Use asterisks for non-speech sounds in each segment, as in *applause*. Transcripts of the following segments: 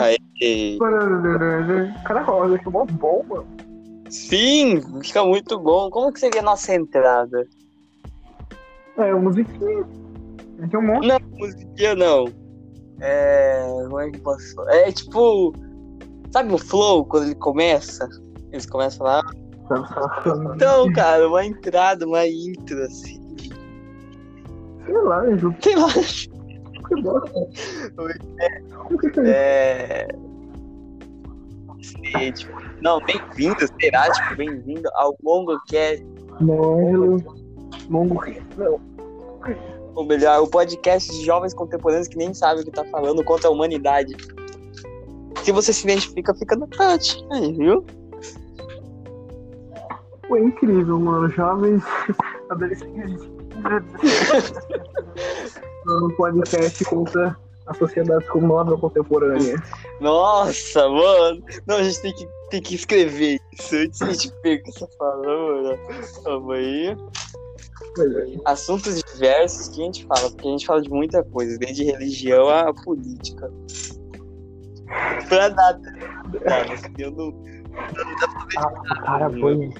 Aê. né, Caralho, que mó bom, mano. Sim, fica muito bom. Como que seria a nossa entrada? É, musiquinha. Tem um monte. Não, musiquinha não. É. Como é que eu posso. É tipo. Sabe o flow quando ele começa? Eles começam lá. Então, cara, uma entrada, uma intro, assim. Sei lá, eu juro Sei lá. que eu gosto. Como que é? É. não sei, tipo, Não, bem-vindo, será? Tipo, bem-vindo ao MongoCast, Longo. Longo. Não. ou melhor, o podcast de jovens contemporâneos que nem sabem o que tá falando contra a humanidade. Se você se identifica, fica no chat aí, viu? Pô, é incrível, mano. Jovens *laughs* adolescentes. Num podcast contra a sociedade como nova contemporânea. Nossa, mano. Não, a gente tem que, tem que escrever isso. Antes a gente pega essa fala, mano. Calma aí. Pois é. assuntos diversos que a gente fala, porque a gente fala de muita coisa, desde religião à política. Pra nada. Cara, eu não. *laughs* Ah, cara, foi.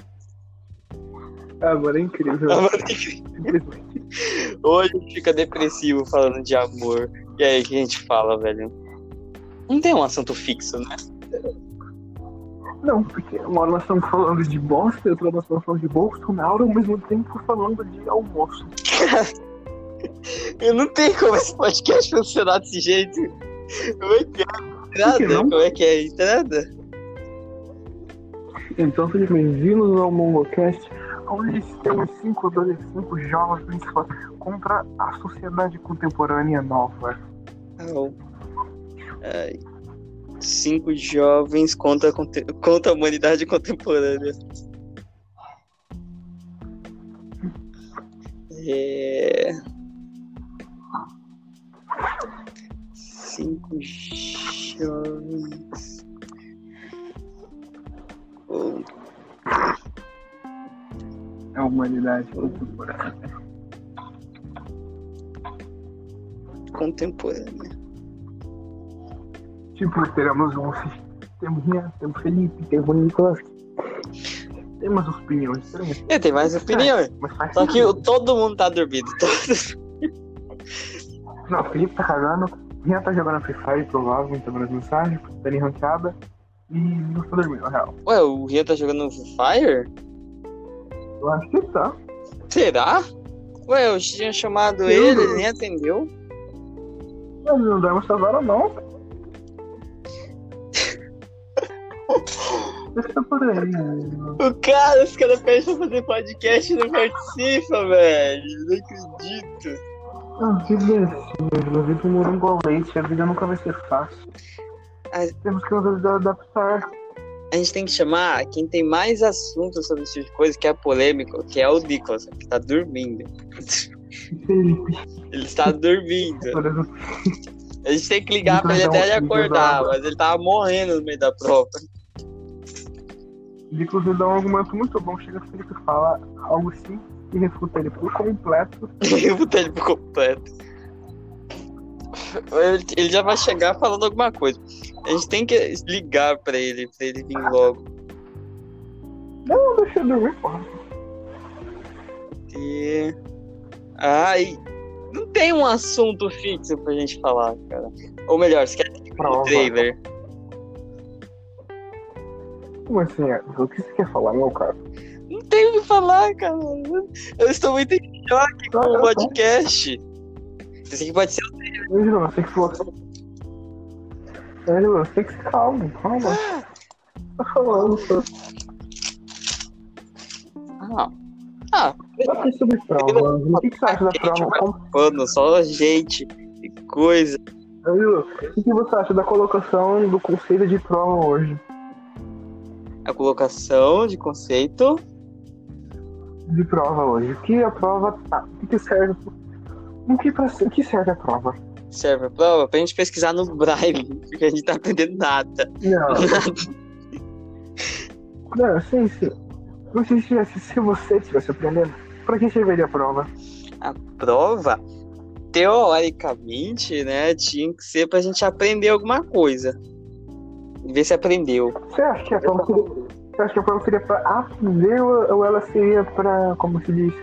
Ah, mano, é incrível. Simplesmente. Hoje a gente fica depressivo falando de amor. E aí, o que a gente fala, velho? Não tem um assunto fixo, né? Não, porque uma hora nós estamos falando de bosta, outra hora nós estamos falando de Bolsonaro, ao mesmo tempo falando de almoço. Eu não tenho como esse podcast funcionar desse jeito. Como é que é? a Por que Entrada? não? Como é que é? a Entrada? Então sejam bem-vindos ao MongoCast, onde estamos cinco adolescentes, cinco jovens contra a sociedade contemporânea nova. Não. Ai. Cinco jovens contra, a conte- contra a humanidade contemporânea. É... Cinco jovens contra É a humanidade contemporânea. a contemporânea. Tipo, teremos um... Temos minha, temos Felipe, temos Nicolas. Temos opiniões, estranhas, E tem mais opiniões. mas faz Só que sentido. o- todo mundo tá dormindo. Todos. Não, o Felipe tá cagando, o Rian tá jogando Free Fire, provável, então mandando mensagem, tá ali ranqueada, e não tá dormindo, na real. Ué, o Rian tá jogando Fire? Eu acho que tá. Será? Ué, eu tinha chamado Eu ele, não- ele nem atendeu. Mas não dorme essas horas, não. Deixa por aí. O cara, os caras pedem pra fazer podcast e não participa, velho. Não acredito. A vida é assim, a vida do morango ao leite, a vida nunca vai ser fácil. Ai. Temos que nos adaptar. A gente tem que chamar quem tem mais assuntos sobre esse tipo de coisa, que é polêmico, que é o Nicolas, que tá dormindo. Felipe, Ele *laughs* está dormindo. por exemplo, A gente tem que ligar pra ele tá até ele acordar, mas ele tava morrendo no meio da prova. *laughs* Nicolas me dá um argumento muito bom. Chega o Felipe e fala algo assim e refuta ele por completo. Eu botei ele por completo. Ele- Ele já vai chegar falando alguma coisa. A gente tem que ligar pra ele, pra ele vir logo. Não, deixa eu dormir, porra. E... Ai, não tem um assunto fixo pra gente falar, cara. Ou melhor, esquece o Prova. um trailer. Como assim, Edson? O que você quer falar, meu cara? Não tem o que falar, cara. Eu estou muito em choque com o podcast. Esse aqui pode ser. um- Ângelo, você que falou. Ângelo, você que se calma, calma. Tá falando sobre Ah, tá sobre prova. Ângelo. O que que você acha da prova? Como- mano, só gente. Que coisa. Ângelo, o que que você acha da colocação do conceito de prova hoje? A colocação de conceito. De prova hoje. O que a prova tá? O que que serve? O que, pra... o que serve a prova? Serve a prova pra gente pesquisar no Braille, *laughs* porque a gente tá aprendendo nada. Não. Não, sim, sim. Não sei se, tivesse- se você estivesse aprendendo, pra que serviria a prova? Prova teoricamente, né, tinha que ser pra gente aprender alguma coisa. Ver se aprendeu. Você acha que a prova seria, você acha que a prova seria pra aprender ou ela seria pra, como se diz,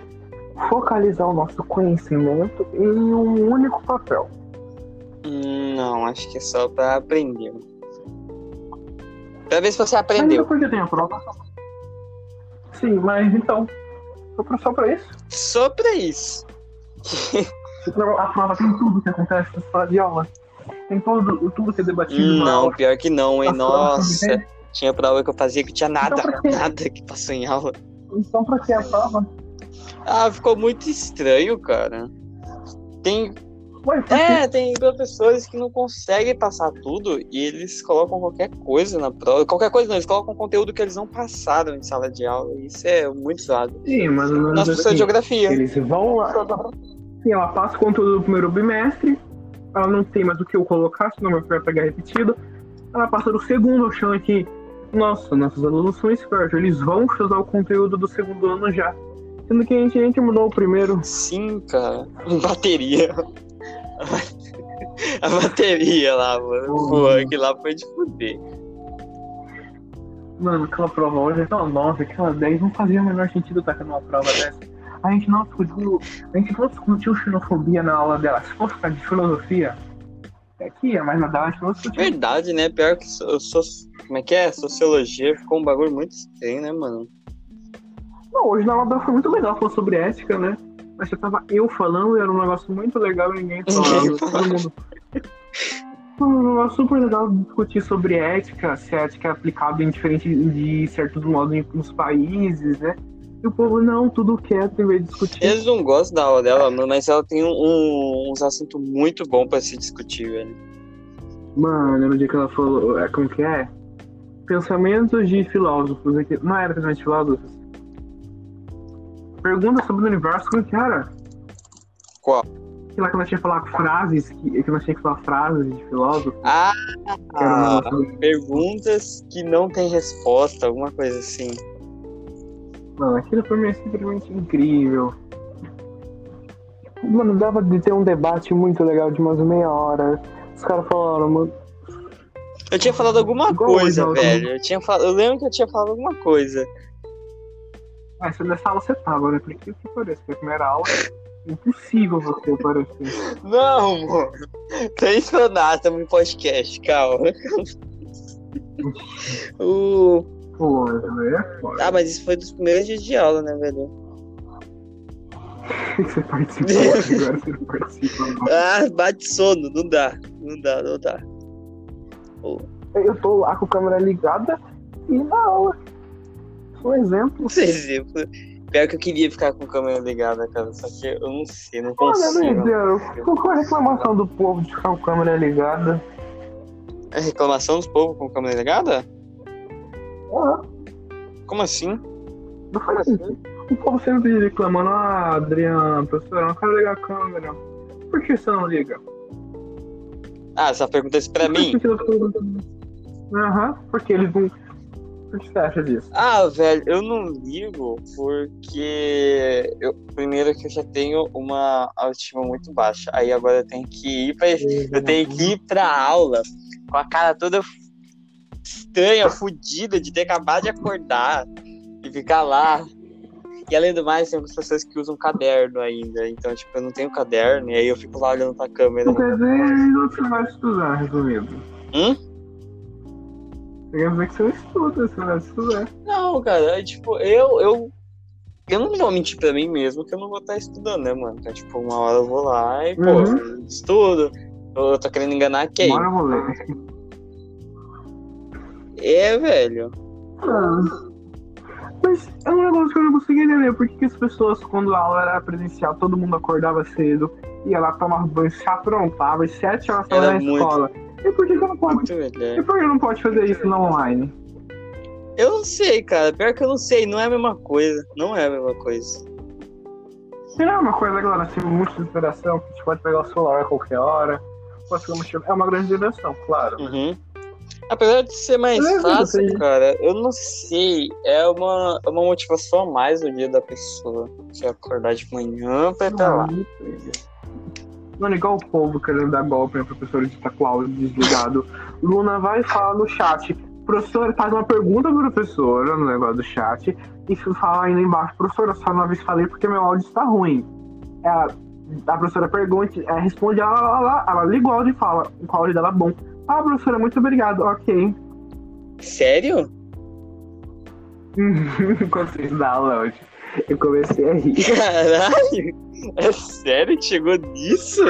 focalizar o nosso conhecimento em um único papel? Hum, Não, acho que é só pra aprender. Pra ver se você aprendeu. Mas por que tem a prova? Sim, mas então. Só pra, só pra isso? Só pra isso. A prova tem tudo que acontece na sala de aula. Tem tudo, tudo que é debatido na Hum, Não, aula. pior que não, hein? As provas Nossa. também. Tinha prova que eu fazia que tinha nada, Então, pra quê? nada que passou em aula. Então pra que a prova? Ah, ficou muito estranho, cara. Tem, Ué, por quê? *laughs* é, tem professores que não conseguem passar tudo e eles colocam qualquer coisa na prova. Qualquer coisa não, eles colocam conteúdo que eles não passaram em sala de aula. Isso é muito zoado. Sim, mas ou menos Nossa professora de assim, geografia. eles vão lá. Sim, Assim, ela passa o conteúdo do primeiro bimestre, ela não tem mais o que eu colocar, senão meu vai pegar repetido. Ela passa do segundo, achando que, nossa, nossos alunos são espertos, eles vão estudar o conteúdo do segundo ano já. Sendo que a gente, a gente mudou o primeiro. Sim, cara. *laughs* Bateria. *laughs* A bateria lá, mano. Uhum. Pô, aquilo lá foi de fuder. Mano, aquela prova hoje, aquela 9, aquela 10, não fazia o menor sentido estar numa prova dessa. A gente não discutiu, a gente não discutiu xenofobia na aula dela. Se fosse pra de filosofia, é que é mais nada, a gente não discutiu. Verdade, né? Pior que so, so- como é que é? Sociologia ficou um bagulho muito estranho, né, mano? Não, hoje na aula dela foi muito legal falar sobre ética, né? Mas já tava eu falando, era um negócio muito legal e ninguém Ninguém falava, todo falava. mundo. Foi Um negócio super legal discutir sobre ética, se a ética é aplicada em diferente de certos modos em- nos países, né? E o povo, não, tudo quieto em vez de discutir. Eles não gostam da aula dela, mano, mas ela tem um- um- uns assuntos muito bons pra se discutir, velho. Mano, lembra o dia que ela falou. é, Como que é? Pensamentos de filósofos. é que- Não era pensamentos de filósofos. Pergunta sobre o universo, como que era? Qual? Que lá que nós tinha que falar frases, que, que nós tinha que falar frases de filósofo. Ah, que era um negócio- perguntas que não tem resposta, alguma coisa assim. Mano, aquilo foi meio simplesmente incrível. Mano, dava de ter um debate muito legal de umas meia hora. Os caras falaram, mano. Eu tinha falado alguma Igual coisa, hoje, velho. Eu, tinha falado, eu lembro que eu tinha falado alguma coisa. Essa nessa aula você tava, né? Porque o que parece? Foi a primeira aula. Impossível você aparecer. Não, mano. Três fantasmas em podcast, calma. o... Pô, é foda *laughs* Ah, mas isso foi dos primeiros dias de aula, né, velho? que você participou, agora você não participa. Ah, bate sono, não dá. Não dá, não dá. Eu tô lá com a câmera ligada e na aula. Só um exemplo. Não sei dizer. foi- Pior que eu queria ficar com a câmera ligada, cara. Só que eu não sei, não Olha, consigo. Luizero, né, qual foi a reclamação do povo de ficar com a câmera ligada? É reclamação dos povos com câmera ligada? Ah, Como assim? não foi assim. O povo sempre reclamando, ah, Adriano, professor, eu não quero ligar a câmera. Por que você não liga? Ah, essa pergunta isso pra mim? *laughs* Por que você não tá liga? Aham, porque eles não... Por que você acha disso? Ah, velho, eu não ligo porque eu, primeiro que eu já tenho uma autoestima muito baixa. Aí agora eu tenho que ir pra, eu tenho que ir pra aula com a cara toda estranha, fodida de ter acabado de acordar e ficar lá. E além do mais, tem algumas pessoas que usam caderno ainda. Então, tipo, eu não tenho caderno e aí eu fico lá olhando pra câmera. Não quer dizer que você não vai estudar, resumido. Hum? Quer dizer que você não estuda, você não vai estudar. Não, cara, é, tipo, eu, eu, eu não vou mentir pra mim mesmo que eu não vou estar estudando, né, mano? Então, tipo, uma hora eu vou lá e, pô, Uhum. estudo. Eu eu tô querendo enganar quem? Bora, moleque. É, velho. Ah, Mas é um negócio que eu não consegui entender. Por que, que as pessoas, quando a aula era presencial, todo mundo acordava cedo, ia lá tomar banho, se aprontava, às sete horas tava Era na muito. escola. E por que, que não pode? Muito E velho. é. por que não pode fazer isso no online? Eu não sei, cara. Pior que eu não sei. Não é a mesma coisa. Não é a mesma coisa. Será uma coisa agora, assim, muito de inspiração, que a gente pode pegar o celular a qualquer hora. Pode ficar mexendo. É uma grande direção, claro. Uhum. Apesar de ser mais É, eu fácil, sei. cara, eu não sei. É uma, é uma motivação a mais no dia da pessoa. Se acordar de manhã pra ir pra lá. Não, não sei. Mano, igual o povo querendo dar golpe na professora de Itaqual desligado. Luna vai e fala no chat. Professora, faz uma pergunta pra professora no negócio do chat. E fala ainda embaixo, professora, só uma vez falei porque meu áudio está ruim. Ela, a professora pergunta, é, responde, ela, ela, ela, ela liga o áudio e fala, o áudio dela é bom. Ah, professora, muito obrigado, ok. *laughs* Sério? Quando vocês da aula hoje, eu comecei a rir. Caralho! É sério que chegou nisso?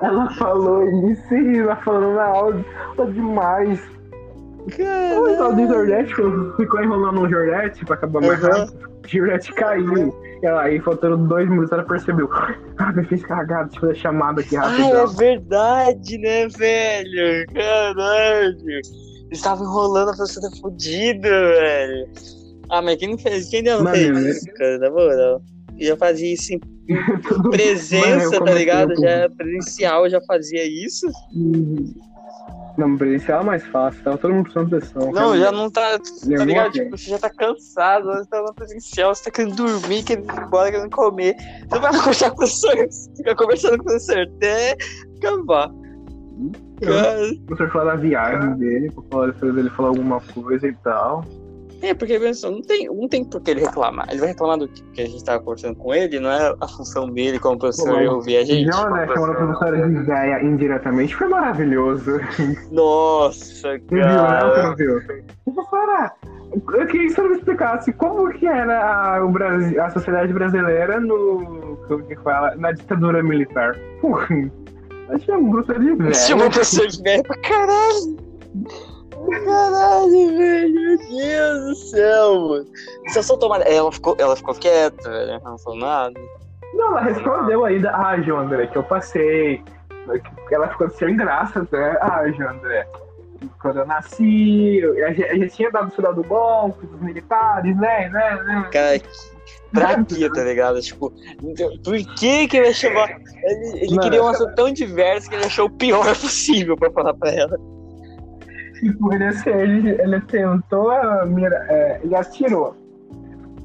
Ela falou isso e ela falou na aula, tá demais. O pessoal do Jordete ficou enrolando um Jordete pra acabar mais Aham. rápido. O Jordete caiu. E aí, faltando dois minutos, ela percebeu. Ah, me fiz cagado, deixa eu fazer a chamada aqui Ah, é rapidão. verdade, né, velho? Caralho. Eles estavam enrolando a pessoa tá fudida, velho. Ah, mas quem não fez? Quem não Mano, fez eu- isso, cara? Na moral. Eu já fazia isso em Tudo- *laughs* Mano, eu presença, tá comecei ligado? com- Já presencial, eu já fazia isso. Hum. Não, presencial é mais fácil, tava todo mundo precisando de pressão. Não, já não tá. Tá Nervoso, ligado? né? Tipo, você já tá cansado, você tá no presencial, você tá querendo dormir, querendo ir embora, querendo comer. Você vai *laughs* conversar com o professor, fica conversando com o professor até acabar. Cara, O professor falar da viagem dele, pra falar depois ele falar alguma coisa e tal. É, porque pensa, não tem, não tem por que ele reclamar. Ele vai reclamar do que, que a gente tava conversando com ele, não é a função dele como professor Pô, eu ouvir a gente. Já, né, chamando a professora de ideia indiretamente, foi maravilhoso. Nossa, Não viu, né? Você cara. não viu? Professora, eu queria que você me explicasse como que era a, o Brasil, a sociedade brasileira no. Como que fala? Na ditadura militar. Porra. Achei um grupo de velho. Chamou o professor de velho pra caralho. Caralho, velho. Meu Deus do céu, mano. Se eu sou tomada. Ela ficou, ela ficou quieta, velho. Ela não falou nada. Não, ela respondeu ainda. Ah, João André, que eu passei. Ela ficou sem graça até. Ah, João André. Quando eu nasci, eu- a gente, a gente tinha dado o cidadão do golpe, dos militares, né? né, né. Cara, que- pra quê, tá ligado? Tipo, por que que ele achou. Ele, ele Mano. queria um assunto tão diverso que ele achou o pior *laughs* possível pra falar pra ela. Tipo, ele, assim, ele, ele tentou a mira. é, ele atirou.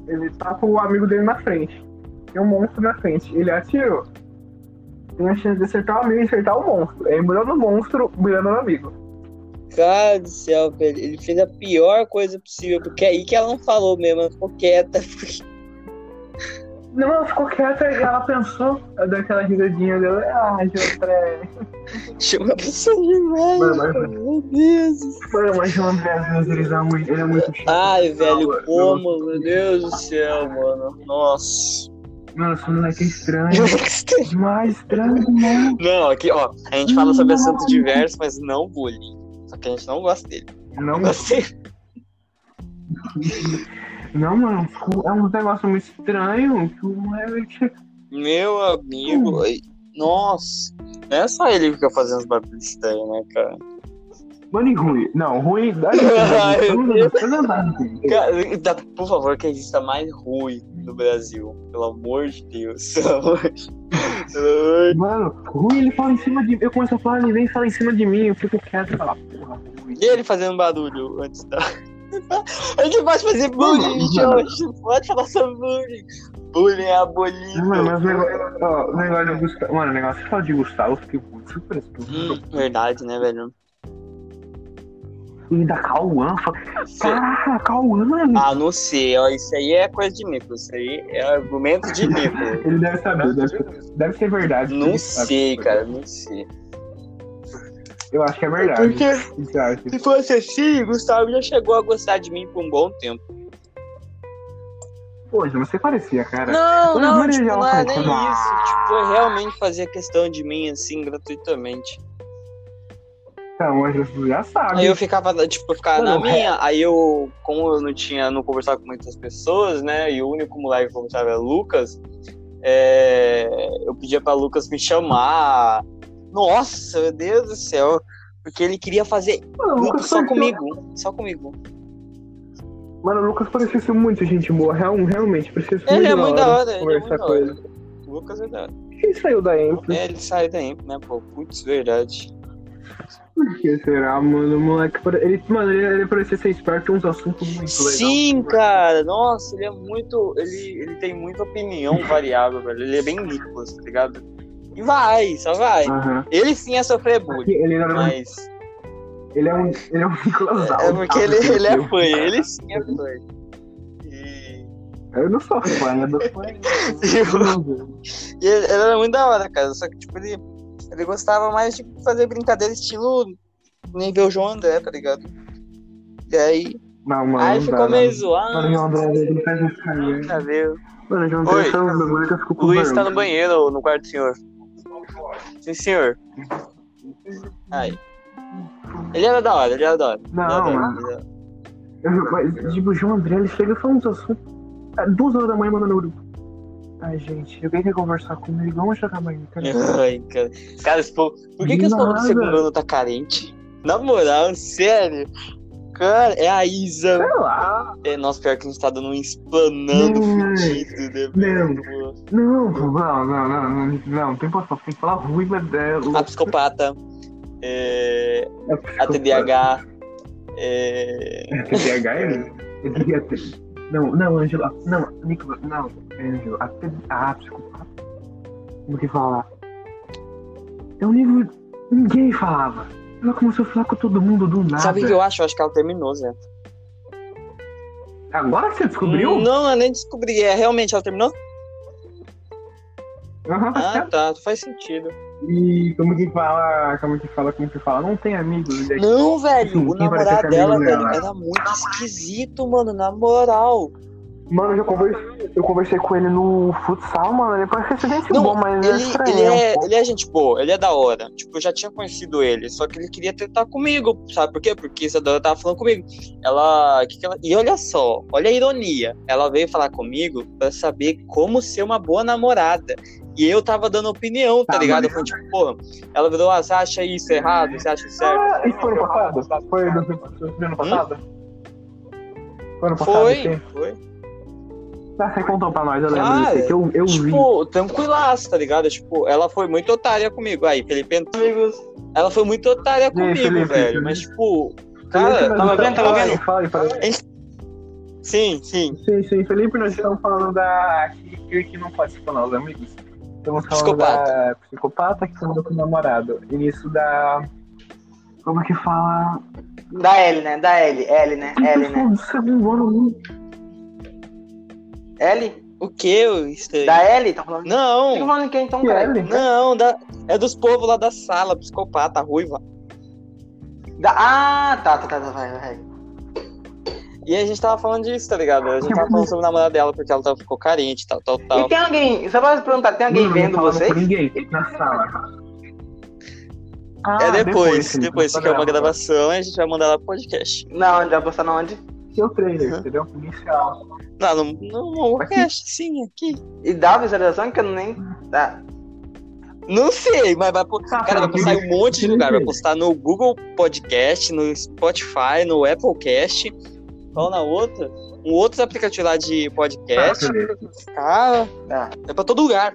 Ele tá com o amigo dele na frente. Tem um monstro na frente. Ele atirou. Tem a chance de acertar o amigo e acertar o monstro. Ele mirou no monstro, mirando no amigo. Cara do céu, velho, ele fez a pior coisa possível, porque é aí que ela não falou mesmo, ela ficou quieta. *laughs* Não, ela ficou quieta e ela pensou, ela deu aquela risadinha dela, ah, João André. Chama a pessoa demais, Vai, vai, vai. meu Deus. do céu. Mano, mas João André, às vezes, ele é muito, ele é muito chato. Ai, velho, Não, como, meu Deus do céu, mano. *laughs* Nossa. Mano, esse moleque é estranho. Demais, estranho demais. Não, aqui, ó, a gente fala sobre assunto diverso, mas não bullying. Só que a gente não gosta dele. Não, Você não, mano, é um negócio muito estranho que o moleque... Meu amigo, ai, nossa, não é só ele que fica fazendo os barulhos estranhos, né, cara? Mano, e ruim? Não, ruim... *laughs* Dá Ai, eu meu Deus. não dá, gente. Cara, dá- Por favor, que exista mais ruim no Brasil, pelo amor de Deus. *laughs* Pelo amor de- pelo amor de- Mano, ruim, ele fala em cima de mim. Eu começo a falar, ele vem e fala em cima de mim. Eu fico quieto e falo, "Ah, porra, ruim. E ele fazendo barulho antes da. *laughs* A gente pode fazer bullying, João, a gente pode falar sobre bullying. Bullying é abolido. Mano, mas o negócio, ó, o negócio do Gustavo. Mano, o negócio que fala de Gustavo, eu fiquei muito surpreso. Hum, Verdade, né, velho? E ainda Cauã, fala, caraca, Cauã, mano. Ah, não sei, ó, isso aí é coisa de mico, isso aí é argumento de mico. Ele deve saber, deve, deve ser verdade. Não ele sabe. sei, cara, não sei. Eu acho que é verdade. Porque O que você acha? se fosse assim, o Gustavo já chegou a gostar de mim por um bom tempo. Pô, Gil, você parecia, cara. Não, Mas não, agora tipo, já não é vai nem isso. acabar. Tipo, eu realmente fazia questão de mim, assim, gratuitamente. Então, hoje você já sabe. Aí eu ficava, tipo, eu ficava na Não, é. minha, aí eu, como eu não tinha, não conversava com muitas pessoas, né, e o único moleque que conversava era Lucas, é, eu pedia pra Lucas me chamar. Nossa, meu Deus do céu. Porque ele queria fazer Mano, o grupo Lucas só parecia- comigo. Só comigo. Mano, o Lucas parecia ser muito gente boa. Real, realmente, parecia ser Ele é muito da hora, ele é Conversar muito da com hora. ele. O Lucas é da hora. Quem saiu da Empty? É, ele sai da Imp, né, pô? Putz, verdade. Por que será, mano? O moleque. pare- Ele, mano, ele, ele parecia ser esperto em uns assuntos muito legais. Sim, cara. Nossa, ele é muito. Ele, ele tem muita opinião variável, velho. Ele é bem Nicolas, tá ligado? E vai, só vai. Aham. Ele sim ia sofrer bullying, Ele, era um- mas. ele é um. Ele é um Nicolas É Alves, porque tá? ele, ele é fã, Eu- ele sim é fã. E. Eu não sou fã, né? eu não sou *laughs* E ele, ele era muito da hora, cara. Só que, tipo, ele, ele gostava mais de fazer brincadeira estilo nível João André, tá ligado? E aí. Não, mano. aí não ficou dá, meio não. zoado. Mano, né? João André, ele faz isso aí. tá vendo? Mano, João Oi. André, esse é um bagulho que eu fico O com Luiz tá no vergonha. banheiro ou no quarto do senhor? Sim, senhor. Aí. Ele era da hora, ele era da hora. Ele Não, era da hora, mano. ele era- Eu- Mas, tipo, o João André, ele chega e fala uns assuntos. É, duas horas da manhã, manda no grupo. Ai, gente, alguém quer conversar comigo? Vamos chegar amanhã, cara. Ai, cara. Cara, esse povo- por que, que os povos do Nada. segundo ano tá carente? Na moral, sério. Cara, é a Isa. Sei lá. É, nossa, pior que a gente tá dando um esplanando Não. fudido, né, Não. mano? Não, não, não, não, não, não, não, tem passo, tem que falar ruim, mas é. A psicopata. é, é a psicopata. TDAH. é, É TDAH é? Eu diria T. Não, não, Angela. Não, Nicolas, não, Angela. A, T... a psicopata. Como que falar? É um livro. Ninguém falava. Ela começou a falar com todo mundo do nada. Sabe o que eu acho? Eu acho que ela terminou, Zé. Agora você descobriu? Hum, Não, eu nem descobri. É, realmente, ela terminou? Aham, tá Ah, certo. tá. Faz sentido. E como que fala? Como que fala? Como que fala? Não tem amigos. né? Não, velho. O Quem vai namorado ser esse dela, amigo velho, dela? era muito esquisito, mano. Na moral. Mano, eu já conversei, eu conversei com ele no futsal, mano. Ele parece ser gente Não, bom, mas é Ele, estranho. ele, é, pô. ele é gente boa, ele é da hora. Tipo, eu já tinha conhecido ele, só que ele queria tentar comigo, sabe por quê? Porque Isadora tava falando comigo. Ela, que que ela. E olha só, olha a ironia. Ela veio falar comigo pra saber como ser uma boa namorada. E eu tava dando opinião, tá, Tá, ligado? Eu mas- falei, tipo, porra, ela virou, ah, você acha isso errado? Você acha isso certo? Ah, isso foi ano passado? Foi no no ano passado? Foi ano passado? Foi, sim. foi. Ah, você contou pra nós, eu lembro Ah, disso, que eu, eu vi. Tipo, tranquilaço, tá ligado? Tipo, ela foi muito otária comigo. Aí, Felipe entrou. Ela foi muito otária comigo, Felipe, velho. Felipe. Mas, tipo, cara, Felipe, tava vendo, tava fala aí, vendo. Fala aí, fala aí. Sim, sim. Sim, sim, Felipe, nós estamos falando da... que, que não pode se falar os amigos. Estamos falando Psicopata. da psicopata que andou com o namorado. E isso da... Como que fala? Da L, né? Da L, L, né? L, né? Do um segundo ano. L? O que eu estranho? Da L? Tá falando? Fica Não, falando de quem então, Que cara? L? não, da... é dos povos lá da sala, psicopata, ruiva. Da... Ah, tá, tá, tá, tá, vai, vai. E a gente tava falando disso, tá ligado? A gente tava falando sobre o namorado dela, porque ela tava- ficou carente, tal, tal, E tal. tem alguém, só pra perguntar, tem alguém Não, não tá vendo falava vocês? com ninguém na sala. Ah, É depois, Felipe, depois, no que é uma programa. gravação, a gente vai mandar lá pro podcast. Não, já postar na onde? Seu trailer, Uhum. entendeu? Inicial. Não, não, não, não Aqui? podcast, sim, aqui. E dá visualização que eu nem. Tá. Não sei, mas vai, po- Tá, Uhum. cara, vai Felipe, postar em um monte de lugar. Vai Felipe. postar no Google Podcast, no Spotify, no Applecast. Qual na outra? Um outro aplicativo lá de podcast. Tá. Cara, Tá. é pra todo lugar.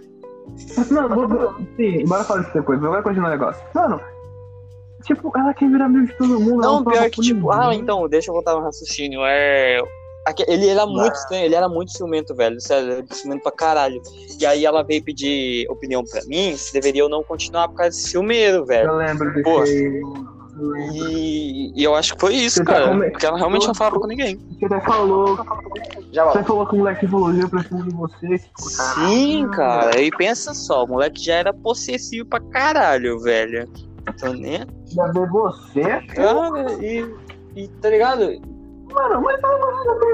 Não, vou- vou- sim, bora falar isso depois, mas vai continuar o negócio. Mano, tipo, ela quer virar amigo de tá todo mundo. né? Não, ela pior fala que, com tipo, ninguém. ah, então, deixa eu voltar no raciocínio. É. aque- Ele era muito estranho, ele era muito ciumento, velho. Sério, ele era ciumento pra caralho. E aí ela veio pedir opinião pra mim se deveria ou não continuar por causa desse ciumeiro, velho. Eu lembro desse. Pô. eu lembro. E, e eu acho que foi isso, Você tá cara. come- Porque ela realmente não falava com ninguém. Você até falou. Já Você volto. falou que o moleque falou, eu preciso de você. Tipo, cara, Sim, cara. E pensa só, o moleque já era possessivo pra caralho, velho. Então, né? já vê você. Cara, e, e tá ligado? Mano, mas ela não vai saber.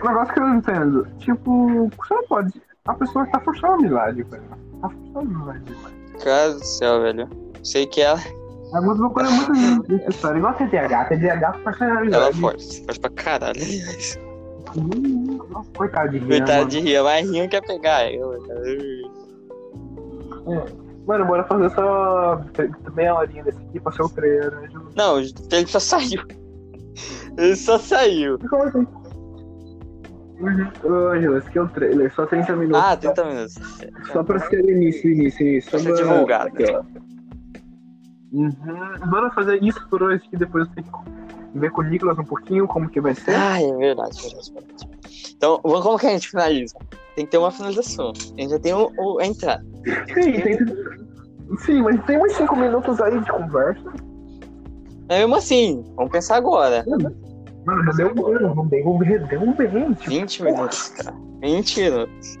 O Um negócio que eu não entendo. Tipo, você não pode. A pessoa tá forçando a amizade, velho. Tá forçando a amizade. Cara do céu, velho. Sei que ela, É uma coisa muito desnecessária. Igual a TDAH. TDAH força tá a ela é amizade. forte. Forte pra caralho, aliás. Hum, Coitadinha. *laughs* Coitado mano. de rir, mas rir quer pegar eu, cara. Mano, bora fazer só meia horinha desse aqui pra ser o trailer, né? Ju? Não, ele só saiu. Ele só saiu. E Como assim? Uhum. Ô, Angela, esse aqui é o trailer, só 30 minutos. Ah, tá? 30 minutos. Só pra ser o início, início, início. Pra Só ser divulgado. né? Aqui, ó. Uhum. Bora fazer isso por hoje, que depois eu tenho que ver com o Nicolas um pouquinho como que vai ser. Ah, é verdade, verdade, verdade. Então, vamos- como que a gente finaliza? Tem que ter uma finalização. A gente já tem o, o- a entrada. Sim, tem Sim, mas tem uns 5 minutos aí de conversa. Mas mesmo assim, vamos pensar agora. Mano, já deu um bem, não deu, já deu bem. Tipo, 20 minutos, cara. 20 minutos.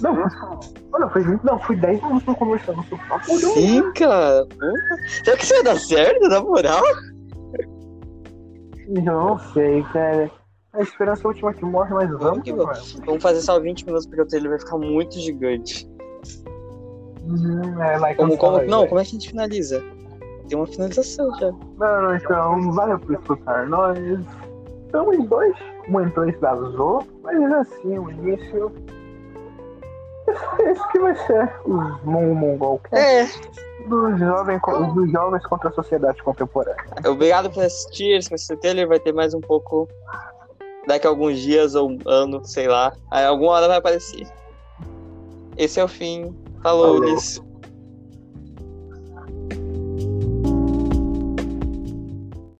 não, mano, foi, muito- não, foi 10 minutos pra conversar no sofá. pô, deu bem. Sim, cara. Porra. Será que isso vai dar certo, na moral? Não sei, cara. A esperança é a última que morre, mas vamos. que mano. Vamos fazer só 20 minutos, porque o trailer vai ficar muito gigante. Uhum, é, vai, Como, cancela como, aí, não, vai. como é que a gente finaliza? Tem uma finalização já. Não, não, então, valeu por escutar. Nós estamos em dois. Um entrou e vazou, mas é assim, o início. Esse- Esse que vai ser os Mon Mongol É. dos, jovem, co- dos jovens contra a sociedade contemporânea. É. Obrigado por assistir. Se você trailer vai ter mais um pouco daqui a alguns dias ou um ano, sei lá. Aí alguma hora vai aparecer. Esse é o fim. Falou, Falou. Ulisses.